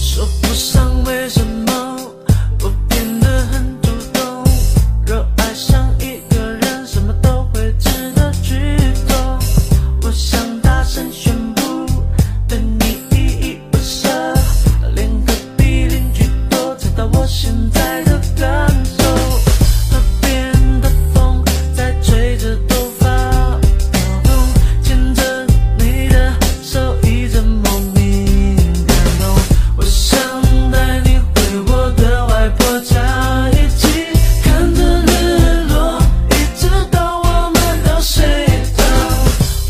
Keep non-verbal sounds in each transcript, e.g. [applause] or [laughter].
说不上为什么，我变得很主动。若爱上一个人，什么都会值得去做。我想大声宣布，对你依依不舍，连隔壁邻居都猜到我现在的感受。河边的风在吹着头发摇动，牵着你的手，一阵莫名感动。我想带你回我的外婆家，一起看着日落，一直到我们都睡着。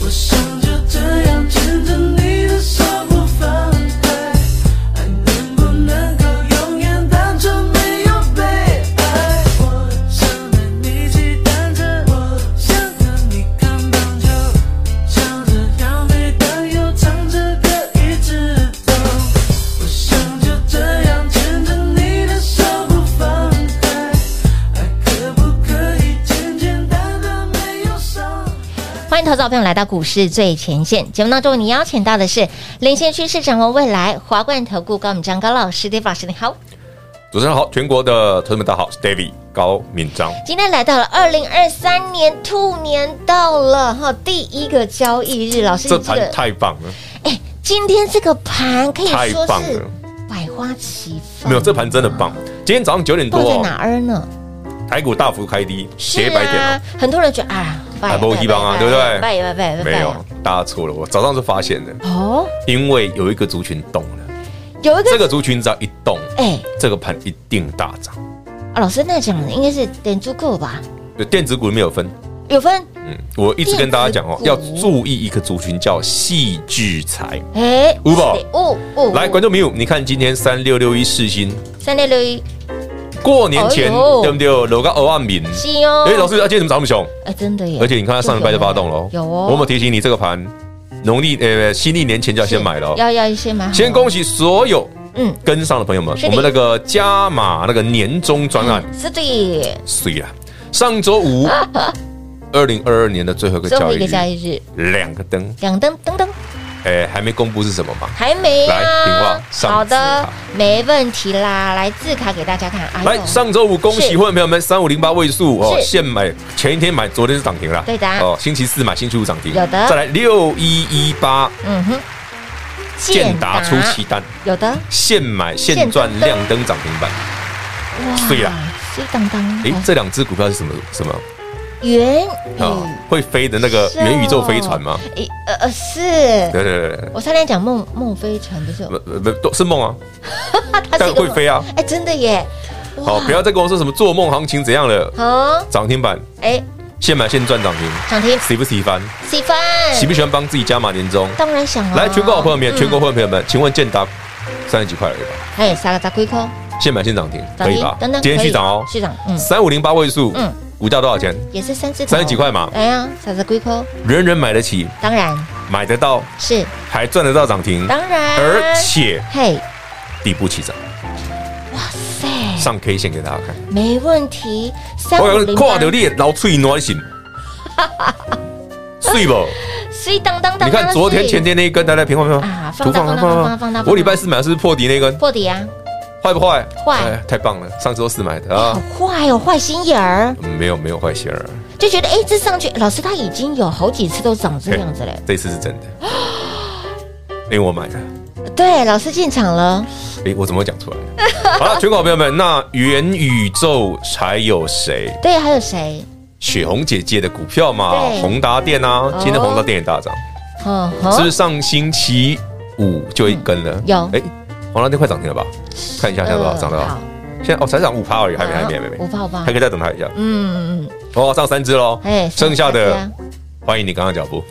我想就这样牵着你的手不放开，还能不能够永远单纯没有悲哀？我想带你骑单车，我想和你看棒球，想这样没担忧，唱着歌一直走。我想就这样牵着你的手不放开，爱可不可以简简单单没有伤害？欢迎投资者朋友来到股市最前线节目当中，你邀请到的是领先趋势、掌握未来华冠投顾高敏章高老师，David 老师你好。主持人好，全国的同学们大家好，我是 David 高敏章。今天来到了二零二三年兔年到了哈，第一个交易日，老师这你这盘个太棒了，哎，今天这个盘可以太说棒是了百花齐放，没有这盘真的棒。今天早上九点放在多，哪儿呢？台股大幅开低，是斜百点啊了，，很多人觉得啊，拜还不够地方啊拜对不对拜拜拜拜，拜没有，大家错了。我早上是发现的，哦，因为有一个族群动了，有一个这个族群只要一动，哎、这个盘一定大涨。啊老师那讲的应该是点足够吧？对，电子股里面有分，有分嗯，我一直跟大家讲哦，要电子股注意一个族群叫细制材。哎，五宝是的五五来，观众朋友，你看今天三六六一四星，三六六一过年前哎呦对不对？楼高二万名，西哦，哎，老师，啊今天怎么涨那么凶？哎，真的耶，而且你看它上礼拜就发动了哦，有哦，我们提醒你这个盘，农历呃新历年前就要先买了哦，要要先买好，先恭喜所有嗯，跟上的朋友们是，的我们那个加码那个年终专案，是的，虽然上周 [laughs] 五二零二二年的最后一个最交后一易个交易日，日，两个灯，两灯灯灯哎，还没公布是什么嘛？还没啊，来平话上好字的卡，没问题啦，来字卡给大家看，哎来，呦上周五恭喜是会员朋友们，三五零八位数哦，是现买前一天买，昨天是涨停了，对的啊哦，星期四买，星期五涨停，有的再来六一一八嗯哼，建达出奇单。有的，现买现赚亮灯涨停板。哇，对啦，碎当当，诶，这两只股票是什么什么元啊宇？会飞的那个宙元宇宙飞船吗？？诶呃呃，是对对对对我差点讲梦梦飞船，不是不，不不都是梦啊！它是一但个会飞啊！哎，真的耶，好，不要再跟我说什么做梦行情怎样了，好，涨停板哎，现买现赚涨停，涨停，喜不喜欢？喜欢，喜不喜欢帮自己加码年终？当然想了。来，全国好朋友们，啊嗯全国，会员朋友们，请问建达三十几块而已吧？哎，啥个砸龟壳，现买现涨停涨可以停吧，？等等，今天可以续涨哦，续涨，嗯，三五零八位数嗯，股价多少钱？也是三字头，三十几块嘛哎呀，啥个龟壳，人人买得起，当然买得到，是，还赚得到涨停，当然，嗯而，且嘿，底部起涨，塞，上 K 线给大家看。没问题，三我五讲零看到你的老脆 [laughs] 暖心，睡不？所以当当当，你看昨天、前天天那一根，大家平放平啊放，放大放大放大放大我礼拜四买的是不是破底那根，破底啊，坏不坏？坏哎，太棒了！上周四买的好啊，坏哦，坏心眼儿，嗯没有没有坏心儿，就觉得哎，这上去，老师他已经有好几次都长这样子嘞，这次是真 [gasps] 的，因为我买的。对，老师进场了，哎，我怎么会讲出来？ [laughs] 好了，全国好朋友们，那元宇宙还有谁？对，还有谁？雪红姐姐的股票嘛对，宏达电啊，今天宏达电也大涨。嗯是不哼，是上星期五就一根了？嗯有哎，黄大店快涨停了吧？看一下，现在多少？嗯涨多少好？现在哦才涨五趴而已，还没还没还没还五没，八五八还，可以再等它一下。嗯嗯哦，上三只 [laughs] 喽嗯，，哎，剩下对的啊欢迎你刚刚脚步。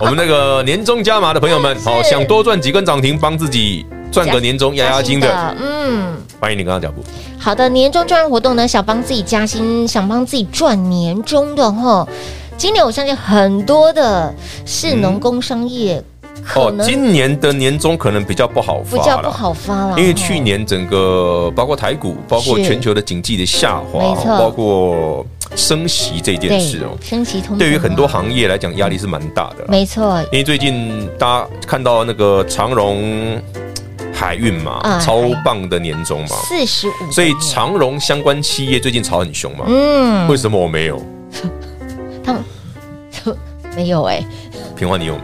我们那个年终加码的朋友 [laughs] 们，好想多赚几根涨停，帮自己赚个年终压压惊的，，嗯。欢迎你刚刚脚步。好的，年终赚活动呢，想帮自己加薪，想帮自己赚年终的吼。今年我相信很多的是农工商业，可哦，能今年的年终可能比较不好比发较不了。好发了，因为去年整个包括台股，包括是全球的经济的下滑没，错包括升息这吼件对事哦，升级通膨对于很多啊，行业来讲压力是蛮大的啦。啊没错，因为最近大家看到那个长荣海运嘛，啊超棒的年终嘛，四十五，所以长荣相关企业最近炒很凶嘛。嗯，为什么我没有？他们没有哎， [laughs] 平花你有吗？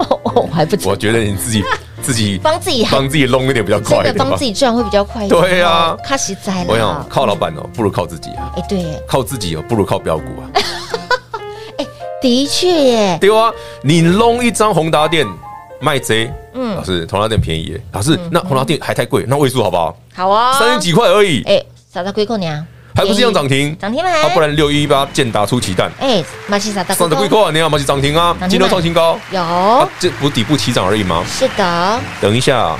哦哦，我还不知我觉得你 [laughs] 自己自己帮自己还帮自己弄一点比较真快一的点帮吧自。己啊赚会比较快一点，哦对啊卡实在我想了，靠老板哦，不如靠自己啊，哎对，靠自己哦，不如靠标股啊。的确耶，对啊，你弄一张宏达店卖贼，嗯老师，宏达店便宜耶，老师，那宏达店还太贵，那位数好不好？好啊，三十几块而已，哎，傻大龟公娘，还不是一便样宜涨停？涨停啊，板，不然六一八建达出奇蛋，哎，马西萨大上的贵扣啊，你要买去涨停啊，涨停板哦今天创新高，有啊，，这不底部起涨而已吗？是的，等一下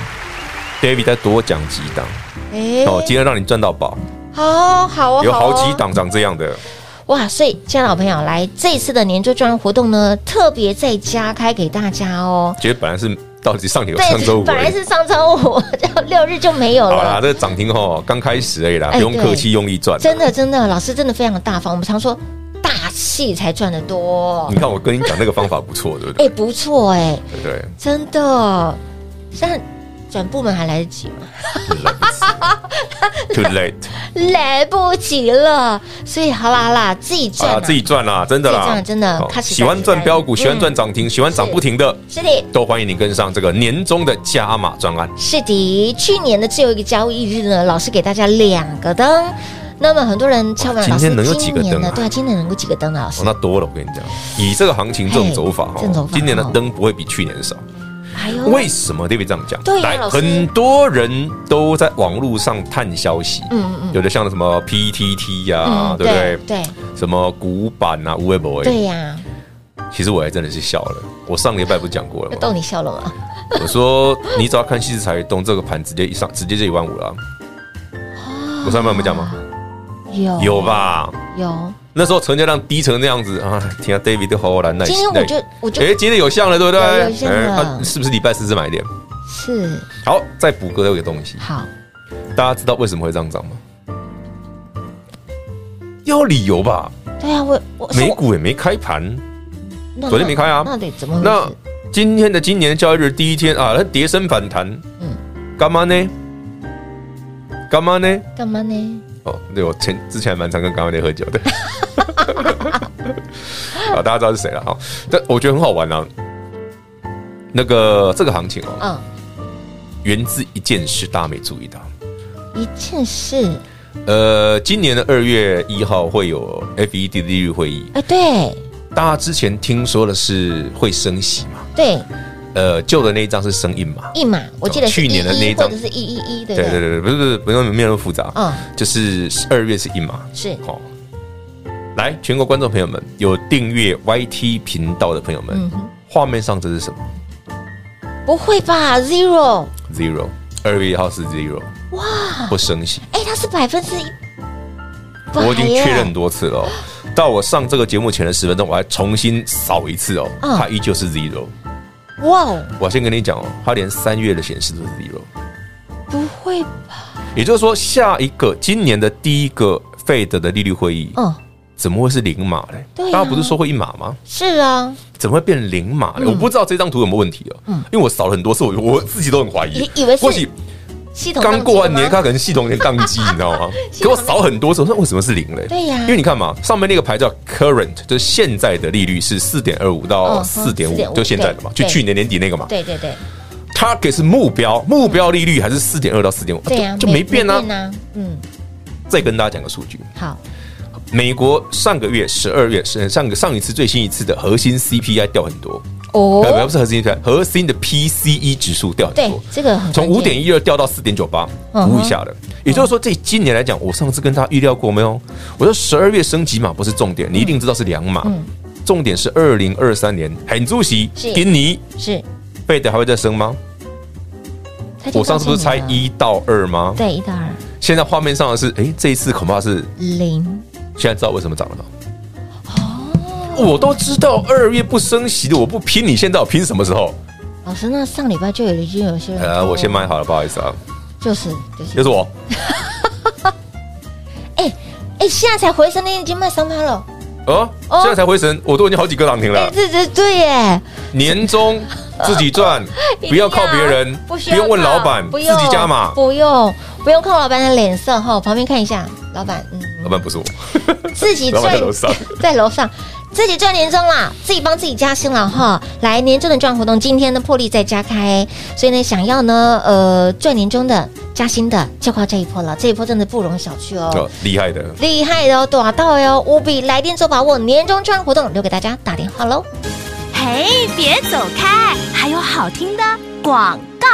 ，David 再多讲几档，哎哦，今天让你赚到宝，好好哦，有好哦几档长这样的，哇！所以，亲爱的老朋友，来这次的年终专案活动呢，特别再加开给大家哦。其实本来是到底上礼拜上周五本而来已。是上周五， [laughs] 然后六日就没有好啦，了。这涨停吼刚开始而已啦，哎不用客对气，用力赚。真的，真的，老师真的非常大方。我们常说大气才赚得多你，看我跟你讲那个方法不错，对 [laughs] 不对？哎，不错哎，对不对？真的。现在转部门还来得及吗？ Too late，来不及了。所以，好啦好啦，自己好赚啦，啊，自己赚啦，真的自己赚啦，啦真的好开始哎嗯喜欢赚标股，在喜欢赚涨停，喜欢涨不停的，是的。都欢迎你跟上这个年终的加码专案。是的，去年的最后一个交易日呢，老师给大家两个灯。那么很多人敲完哇老师今天能有几个今年灯呢啊对啊，今年能够几个灯啊？老师哦，，那多了，我跟你讲，以这个行情这种走法嗯嘿这种走哦法，今年的哦灯不会比去年少。哎呦为什么 David 这样讲？对啊老师很多人都在网络上探消息，嗯嗯有的像什么 PTT 呀，对不嗯对？对什么古板啊，无微博。对呀，其实我还真的是笑了。我上礼拜不是讲过了要 [laughs] 吗？逗你笑了吗？我说你只要看西市财东这个盘，直接一上，直接就一万五了啊、我上面有没有讲吗？有有吧？有，那时候成交量低成那样子啊，天啊，David 都好好难耐今心。天我就我就哎，今天有像了，对不对？有有像了啊是不是礼拜四是买点？是好，再补个这个东西，好，大家知道为什么会这样涨吗？要有理由吧？对啊，我我美股也没开盘，昨天没开啊那得怎么回那事？今天的今年交易日第一天啊，它跌升反弹，嗯干嘛呢？干嘛呢？干嘛呢？哦，对我前之前还蛮常跟刚刚那喝酒的， [laughs] 啊，大家知道是谁了哈。但我觉得很好玩啊。那个这个行情哦，嗯，源自一件事，大家没注意到。一件事，呃，今年的二月一号会有 FED 利率会议，哎，对大家之前听说的是会升息嘛？对，呃，旧的那一张是升印嘛？一码，我记得是去年的那一11或张者是一一一，对不对对对？对，不是不是，不用没有那么复杂，嗯，就是二月是一码，是好，哦来，全国观众朋友们，有订阅 YT 频道的朋友们嗯哼，画、面上这是什么不会吧？Zero， ？Zero，二月一号是 Zero，哇！不升息，哎、它是百啊分之一，我已经确认很百耶多次了哦、到我上这个节目前的十分钟，我还重新扫一次哦，嗯它依旧是 Zero。哇哦，我先跟你讲哦，它连三月的显示都是 Zero，不会吧，也就是说，下一个今年的第一个 Fed 的利率会议，嗯，怎么会是零码嘞？对啊大家不是说会一码吗？是啊，怎么会变零码嗯呢？我不知道这张图有没有问题哦，因为我扫了很多次，我我自己都很怀疑以，以为是或许系统刚过完年，看，它可能系统有点宕 [laughs] 机，你知道吗？系给统宕机我扫很多次，我说为什么是零嘞？啊对呀因为你看嘛，上面那个牌叫 current，就是现在的利率是四点二五到嗯哼四点五， 4.5就现在的嘛，对就去年年底那个嘛。对对对， target 是目标，目标利率还是四点二到四点五，对呀、啊，就就没变啊。嗯，再跟大家讲个数据，好，呃美国上个月十二月是上个上一次最新一次的核心 CPI 掉很多，哦，哎不是核心 PCE，核心的 PCE 指数掉很对多，，这个很从关五键点一二掉到四点九八，嗯五哼嗯以下的。也就是说，这今年来讲，我上次跟他预料过没有？我说十二月升级码不是重点，你一定知道是两码嗯，重点是二零二三年很主席是给你是，费德还会再升吗？它就我上次不是猜告诉你了一到二吗？啊对一到二现在画面上的是，哎，这一次恐怕是零现在知道为什么涨了吗？哦我都知道二月不升息的，我不拼，你现在我拼什么时候？老师，那上礼拜就有已经有些人，呃，我先卖好了，不好意思啊，就是就是，又是我，哎，现在才回升，那已经卖三趴了，哦，哦现在才回神，我都已经好几个涨停哎，了。这这对耶，年终自己赚， [laughs] 一定不要靠别人，不需要用问靠老板，不自用己加码。不用不用看老板的脸色哈，旁边看一下，老板，嗯，老板不是我，自己老板赚在楼 [laughs] 上，在楼上。自己赚年终啦，自己帮自己加薪了哈。来，年终的赚活动今天的破例再加开，所以呢，想要呢，呃，赚年终的、加薪的，就靠这一波了。这一波真的不容小觑哦，哦厉害的。厉害的哦，短到哟，务必来电做把握。年终赚活动留给大家打电话喽。嘿，别走开，还有好听的广告。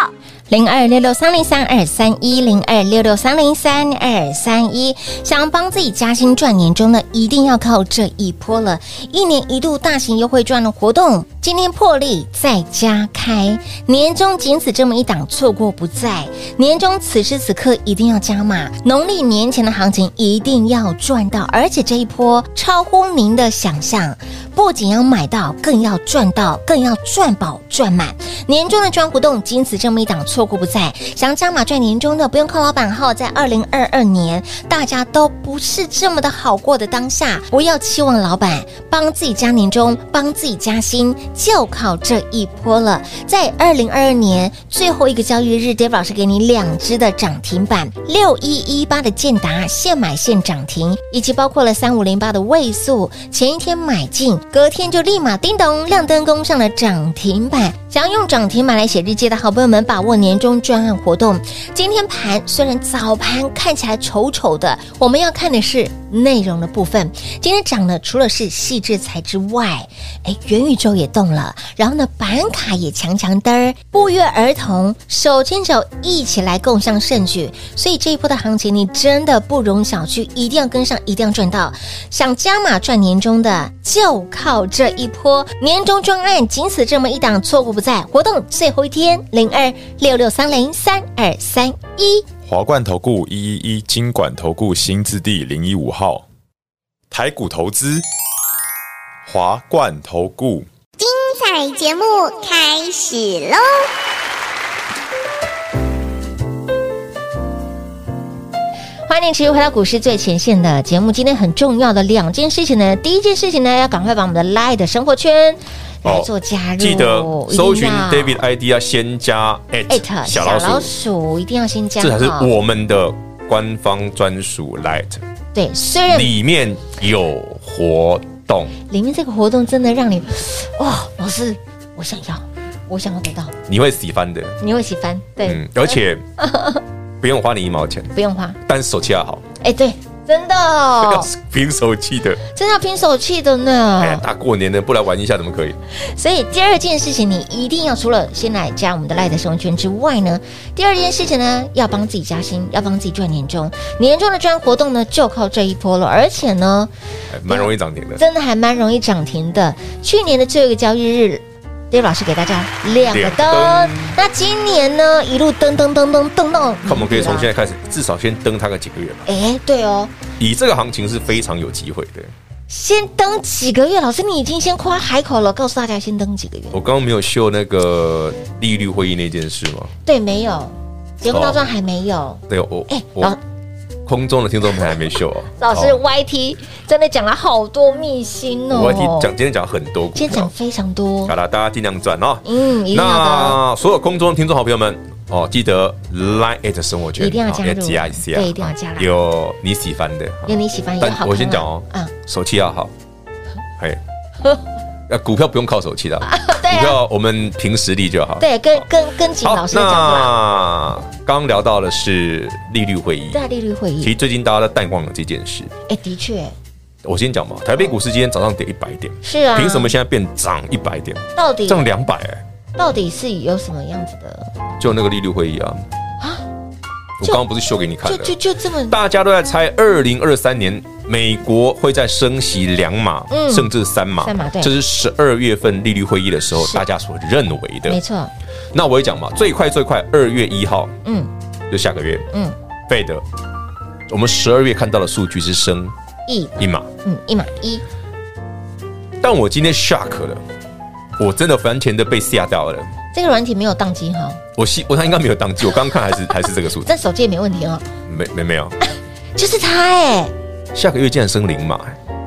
零二六六三零三二三一零二六六三零三二三一，想帮自己加薪赚年终呢，一定要靠这一波了。一年一度大型优惠赚的活动，今天破例再加开，年终仅此这么一档，错过不再。年终此时此刻一定要加码，农历年前的行情一定要赚到，而且这一波超乎您的想象，不仅要买到，更要赚到，更要赚饱赚满。年终的专活动，仅此这么一档，错过不再。想加码赚年终的，不用靠老板号，在二零二二年大家都不是这么的好过的当下，不要期望老板帮自己加年终，帮自己加薪，就靠这一波了。在二零二二年最后一个交易日，Dave 老师给你两只的涨停板，六一一八的建达现买现涨停，以及包括了三五零八的位速，前一天买进，隔天就立马叮咚亮灯攻上了涨停板。想要用涨停板来写日记的好朋友们，把握年终专案活动。今天盘虽然早盘看起来丑丑的，我们要看的是内容的部分。今天涨的除了是细制材之外，哎，元宇宙也动了，然后呢，板卡也强强嘚儿，不约而同手牵手一起来共襄盛举。所以这一波的行情，你真的不容小觑，一定要跟上，一定要赚到。想加码赚年终的，就靠这一波年终专案，仅此这么一档，错过不再。活动最后一天，零二六六三零三二三一。华冠投顾一一一金管投顾新字第零一五号，台股投资，华冠投顾。彩节目开始喽！欢迎持续回到股市最前线的节目。今天很重要的两件事情呢，第一件事情呢，要赶快把我们的 Lie 的生活圈来做加入，哎记得搜寻一定要 David ID 要先加 at at 小小老老鼠，鼠，一定要先加，这才是好我们的官方专属 Light，对。虽然里面有活动，里面这个活动真的让你，哇、老师，我想要，我想要得到，你会喜欢的。你会喜欢，对，嗯，而且不用花你一毛钱，不用花，但是手气要好，哎，对，真的要 [laughs] 哦，凭手气的。真的要拼手气的哎呀呢，。大过年的不来玩一下怎么可以？所以第二件事情，你一定要除了先来加我们的赖的生活圈之外呢，第二件事情呢，要帮自己加薪，要帮自己赚年终。年终的赚活动呢，就靠这一波了，而且呢，哎蛮容易涨停的。真的还蛮容易涨停的。去年的最后一个交易日。刘老师给大家两个两灯灯，那今年呢一路灯灯灯灯灯到，看我们可以从现啊在开始，至少先登它个几个月吧。哎，对哦，以这个行情是非常有机会的。先登几个月，老师你已经先夸海口了，告诉大家先登几个月，我刚刚没有秀那个利率会议那件事吗？对，没有，结婚到账还没有，对，我哎老哦我空中的听众朋友还没秀哦。 [laughs] 老师好 YT 真的讲了好多秘辛哦，我还提讲，今天讲很多股今天讲票，非常多好，啦，大家尽量赚哦。嗯，一定要那所有空中的听众好朋友们哦，记得 Line at 生活圈一定要加入好加一下，对一定要加啦有你喜欢的，哦的，有你喜欢有但好看吗我先讲哦啊，手气 [laughs] 要好，嘿，那股票不用靠手气的， [laughs] 对股啊，票我们凭实力就好。对，跟跟跟紧老师的讲啊法，那刚聊到的是利率会议，大利率会其实议，最近大家都淡忘了这件事。哎，的确，我先讲嘛，台北股市今天早上跌一百点，是啊，凭什么？现在变涨一百点，到底涨两百哎？到底是有什么样子的？就那个利率会议啊，我刚刚不是秀给你看就的，就就这么大家都在猜二零二三年美国会在升息两码，嗯甚至三码，三码对这是十二月份利率会议的时候是大家所认为没的。错，那我也讲嘛，最快最快二月一号嗯就下个月，嗯，费的，我们十二月看到的数据是升一一码，嗯一码一，但我今天 shock 了，我真的完全的被吓到了。这个软体没有宕机哈，我希我他应该没有当机，我刚刚看还是 [laughs] 还是这个数字但，手机也没问题哦，没没没有，就是它哎、下个月竟然升零码，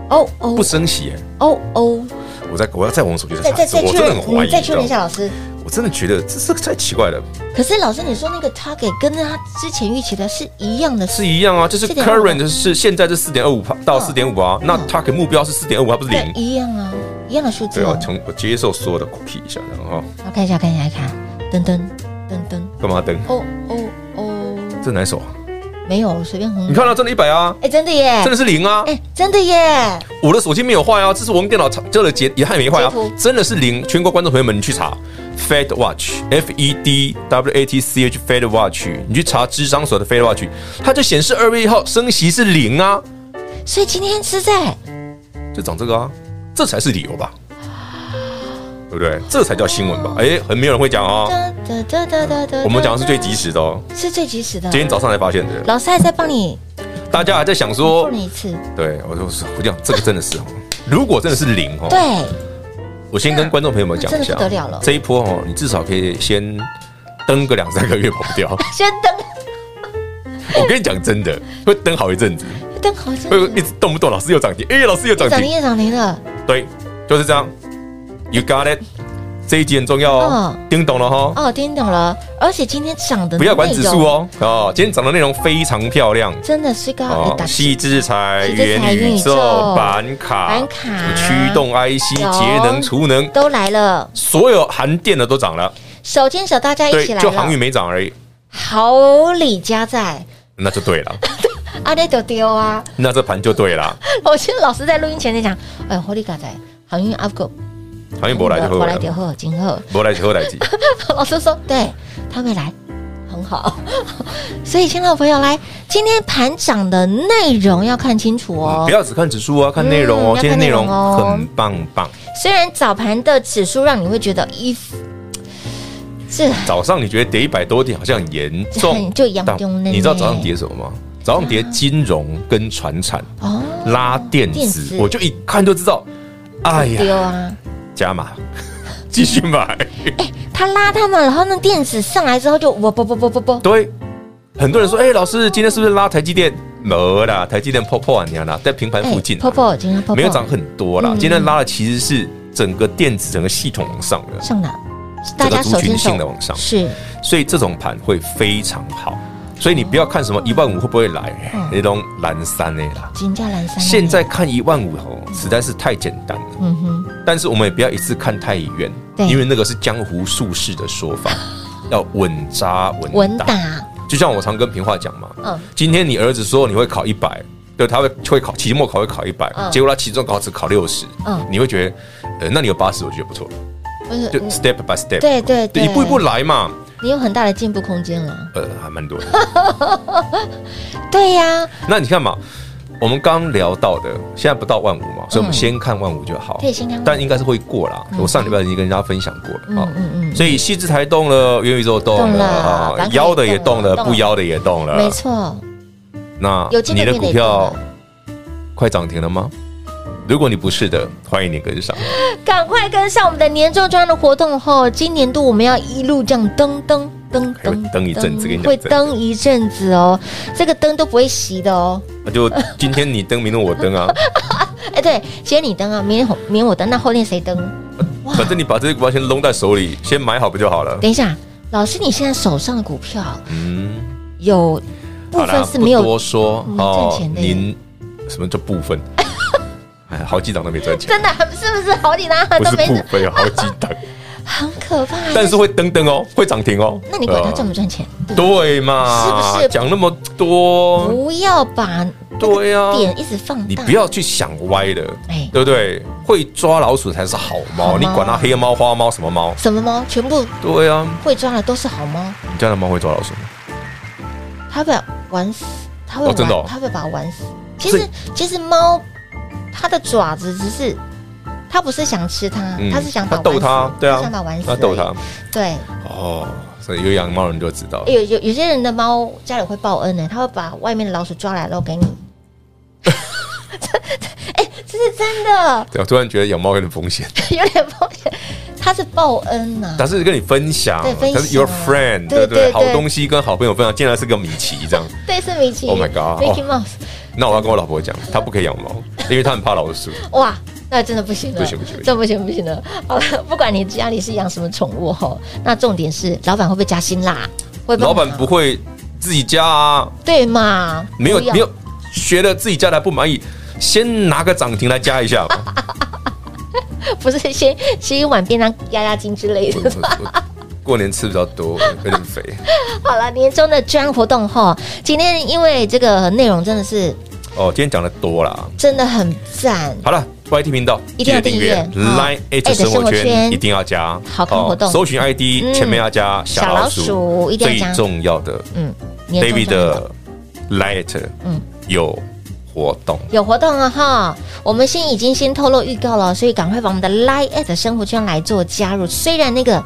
哦不哦升息哎，哦哦，我在我要再往手机上再查再再我确真的很怀认，疑，你再确认一你知道下吗老师。我真的觉得这这太奇怪了，可是老师，你说那个 target 跟他之前预期的是一样的，是一样啊，就是4.25 current 是现在是四点二五到嗯四点五啊，那 target 目标是四点二五，它不是对零，。一样啊，一样的数字对啊哦。，从我接受所有的 cookie 一下，然后我看一下，看一下，看一下，噔噔噔噔，哦干嘛等？哦哦哦，这哪一首啊？没有，随便红。你看到真的一百啊，哎，真的耶真，的是零啊，哎，真的耶，我的手机没有坏啊，这是我用电脑查这的结也还没坏啊截图，真的是零。全国观众朋友们，你去查 Fed Watch F E D W A T C H Fed Watch，你去查智商所的 Fed Watch，它就显示二月一号升息是零啊，所以今天是在就长这个啊，这才是理由吧，对不对？这才叫新闻吧？哎，很没有人会讲哦，哒哒哒哒哒哒，我们讲的是最及，时的哦，是最及时的。今天早上才发现的，老师还在帮你大家还在想说做，你一次，对我说我讲这个真的是哦，如果真的是零哦，对，我先跟观众朋友们讲一那真下，的不得了了这一波哦，你至少可以先登个两三个月跑不掉。 [laughs] 先登我跟你讲真的，会登好一阵子，登好久，会一直动不动老师又涨停，哎、老师又涨涨停停，也涨停了，对，就是这样。You got it，这一集很重要哦，嗯听懂了哈、哦，听懂了。而且今天涨的不要管指内数容，哦，哦，今天涨的内容非常漂亮。真的是高哦一，啊哎打细制裁、细制元裁元宇宇宙宙、板卡、板卡驱动 IC、有节能、储能，都来了，所有含电的都涨了，手牵手大家一对起，来就航运了，没涨而已，好礼加在，那就对 [laughs] 了。阿内丢丢啊！ [laughs] 那这盘就对啦，我记得老师在录音前在讲，哎，活力加在，航运阿啊哥，行业博来就我后嗯来来，丢后今后，博来就后来记。 [laughs] 老师说对，他会来。很好， [laughs] 所以新老朋友来，今天盘涨的内容要看清楚哦嗯不。要只看指数啊，看内容哦嗯。今天内容要看内容哦很棒棒，虽然早盘的指数让你会觉得一，这早上你觉得跌一百多点好像很严重很， [laughs] 就阳但中你知道早上跌什么吗？早上跌金融跟船产，哦，拉电电子子，我就一看就知道，哎丢呀，啊！加码， [laughs] 继续买，他拉他们，然后那电子上来之后就我不不不不不，对。很多人说，哎，老师，今天是不是拉台积电？没啦，台积电破破完年啦，在平盘附近啊，泡泡哎今天泡泡没有涨很多啦嗯。今天拉的其实是整个电子整个系统往上的，上了，大家整个手族牵群手性的往上是所以这种盘会非常好。所以你不要看什么一万五会不会来，那种蓝山的啦。金价蓝山。现在看一万五哦，实在是太简单了。嗯哼，但是我们也不要一次看太远，对因为那个是江湖术士的说 [laughs] 法，要稳扎稳稳打。打，就像我常跟平话讲嘛，嗯今天你儿子说你会考一百，对，他会会考期末考会考一百、嗯结果他期中考只考六十、嗯你会觉得，呃，那你有八十，我觉得不错，不是就 step by step，对对对，一步一步，来嘛，你有很大的进步空间了。呃，还蛮多的。 [laughs] 对呀，那你看嘛，我们刚聊到的，现在不到万五嘛，所以我嗯们先看万五就好。可以先看万五但应该是会过啦。我上礼拜已经跟大家分享过了啊嗯。嗯嗯，所以细致台动了，元宇宙动动了了啊板，块腰的也动了，动了不腰的也动了。没。错，那有进呃你的变得的股也多票了快涨停了吗？如果你不是的，欢迎你跟上。赶快跟上我们的年终专案的活动后，今年度我们要一路这样登登登还会登登一阵子跟你讲会真的登一阵子哦，这个灯都不会熄的哦。那就今天你登，明天我 [laughs] 登啊，哎，对，今天你登啊，明天我明天我登，那后天谁登？反正你把这些股票先弄在手里，先买好不就好了？等一下，老师，你现在手上的股票嗯，有部好啦分是没不多有，嗯说没哦赚钱，的耶您什么叫 [laughs] 部分？哎，好几档都没赚钱。真的 [laughs] 是不是好几单不都是没付有，费有好几 [laughs] 档，很可怕。欸但是会登登哦，会涨停哦。那你管它赚不么？赚钱？对不对对嘛？是不是讲那么多？不要把对呀、点一直放大，啊你不要去想歪了，哎对不对？会抓老鼠才是好猫，好猫你管它黑猫、花猫什么猫？什么猫，全部对呀、啊，会抓的都是好猫，你家的猫会抓老鼠吗？它会把它玩死，它会哦玩，真的哦它会把它玩死。其所以实其实猫它的爪子只是。它不是想吃它，嗯它是想它把逗它玩它死，对啊它想把它玩死，那逗它。对，哦，所以有养猫人就知道，有有有些人的猫家里会报恩呢、它会把外面的老鼠抓来，然后给你。 [laughs] 哎这这哎、这是真的，对，我啊突然觉得养猫有点风险， [laughs] 有点风险。它是报恩呐、但是跟你分享对，分享它是 your friend，对对不对？对对好东西跟好朋友分享，竟然是个米奇 [laughs] 这样。对，是米奇。 Oh my god， Mickey 哦 Mouse，、那我要跟我老婆讲，她不可以养猫，因为她很怕老鼠。哇，那真的不行了，不行不行不行这不行不行了。好了，不管你家里是养什么宠物哈，那重点是老板会不会加薪啦？会会老板拿不会自己加啊，对嘛？没有不要没有学了自己加的还不满意，先拿个涨停来加一下吧。 [laughs] 不是先吃一碗便当压压惊之类的。嗯过年吃比较多，有 [laughs] 点肥。好了，年终的专案活动哈，今天因为这个内容真的是哦，今天讲的多啦。真的很赞。好了，YT 频道一定要记得订阅哦 Line H 哎生活生活圈圈一定要加，好看活动哦搜寻 ID 嗯前面要加小小老老鼠，鼠一定要最加重要的嗯年终 David 专案活的 Light 嗯有活动。 [laughs] 有活动啊哈！我们先已经先透露预告了，所以赶快把我们的 Line at 生活圈来做加入。虽然那个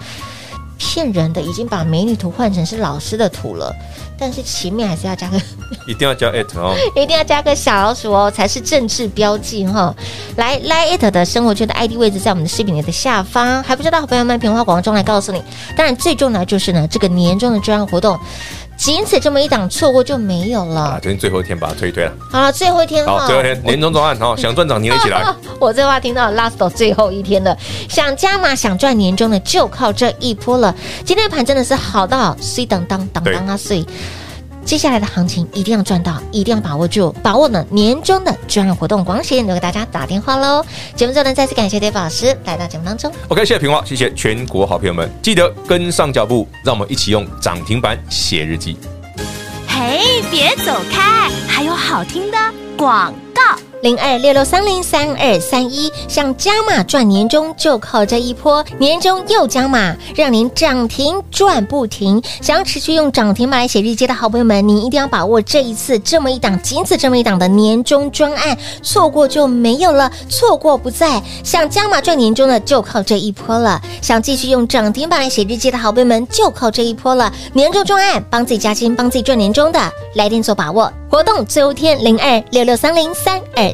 骗人的已经把美女图换成是老师的图了，但是前面还是要加个， [laughs] 一定要加 at 哦，一定要加个小老鼠哦，才是正式标记哈。来 Line at 的生活圈的 ID 位置在我们的视频里的下方，还不知道的朋友们，平花广告中来告诉你。当然最重要的就是呢，这个年终的专案活动，仅此这么一档，错过就没有啊，了。今天最后一天把它推一推了。好了，最后一天好，哈，最后一天年终总案，好，想赚涨停的一起来。 [laughs] 我这话听到 last 最后一天了，想加码想赚年终的就靠这一波了。今天的盘真的是好到碎当当当当啊碎。接下来的行情一定要赚到，一定要把握住，把握呢年终的专案活动，广喜留给大家打电话喽。节目最后呢，再次感谢 David 老师来到节目当中。 OK，谢谢平话，谢谢全国好朋友们，记得跟上脚步，让我们一起用涨停板写日记。嘿，别走开，还有好听的广告。零二六六三零三二三一，想加码赚年终就靠这一波，年终又加码，让您涨停赚不停。想要持续用涨停板来写日记的好朋友们，你一定要把握这一次这么一档，仅此这么一档的年终专案，错过就没有了，错过不再。想加码赚年终的就靠这一波了，想继续用涨停板来写日记的好朋友们就靠这一波了。年终专案帮自己加薪，帮自己赚年终的，来电做把握。活动最后一天零二六六三零三二